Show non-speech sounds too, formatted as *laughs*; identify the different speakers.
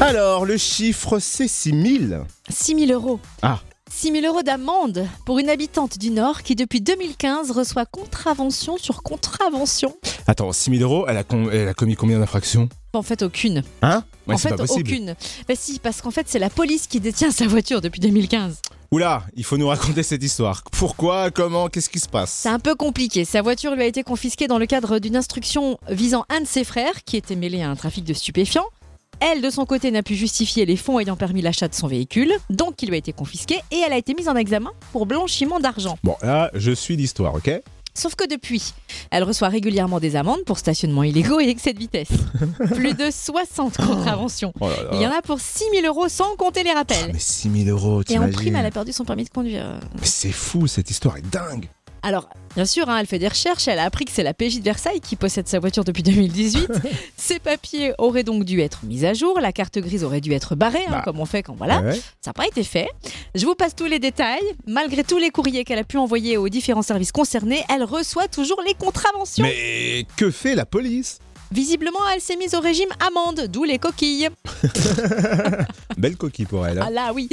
Speaker 1: Alors, le chiffre, c'est 6000.
Speaker 2: 6 000 euros.
Speaker 1: Ah.
Speaker 2: 6 000 euros d'amende pour une habitante du Nord qui, depuis 2015, reçoit contravention sur contravention.
Speaker 1: Attends, 6000 euros, elle a, com- elle a commis combien d'infractions
Speaker 2: En fait, aucune.
Speaker 1: Hein Ouais,
Speaker 2: en
Speaker 1: c'est
Speaker 2: fait,
Speaker 1: pas possible.
Speaker 2: aucune. Bah si, parce qu'en fait, c'est la police qui détient sa voiture depuis 2015.
Speaker 1: Oula, il faut nous raconter cette histoire. Pourquoi Comment Qu'est-ce qui se passe
Speaker 2: C'est un peu compliqué. Sa voiture lui a été confisquée dans le cadre d'une instruction visant un de ses frères qui était mêlé à un trafic de stupéfiants. Elle, de son côté, n'a pu justifier les fonds ayant permis l'achat de son véhicule, donc il lui a été confisqué et elle a été mise en examen pour blanchiment d'argent.
Speaker 1: Bon, là, je suis l'histoire, ok
Speaker 2: Sauf que depuis, elle reçoit régulièrement des amendes pour stationnement illégaux et excès
Speaker 1: *laughs*
Speaker 2: de vitesse. Plus de 60 contraventions.
Speaker 1: Oh là là.
Speaker 2: Il y en a pour 6 000 euros sans compter les rappels.
Speaker 1: Mais 6000 euros,
Speaker 2: Et en
Speaker 1: t'imagines
Speaker 2: prime, elle a perdu son permis de conduire.
Speaker 1: Mais c'est fou, cette histoire est dingue.
Speaker 2: Alors, bien sûr, hein, elle fait des recherches, elle a appris que c'est la PJ de Versailles qui possède sa voiture depuis
Speaker 1: *laughs*
Speaker 2: 2018. Ses papiers auraient donc dû être mis à jour, la carte grise aurait dû être barrée, hein,
Speaker 1: Bah.
Speaker 2: comme on fait quand voilà.
Speaker 1: Ouais, ouais.
Speaker 2: Ça n'a pas été fait. Je vous passe tous les détails. Malgré tous les courriers qu'elle a pu envoyer aux différents services concernés, elle reçoit toujours les contraventions.
Speaker 1: Mais que fait la police
Speaker 2: Visiblement, elle s'est mise au régime amende, d'où les coquilles.
Speaker 1: Belle coquille pour elle. hein.
Speaker 2: Ah là, oui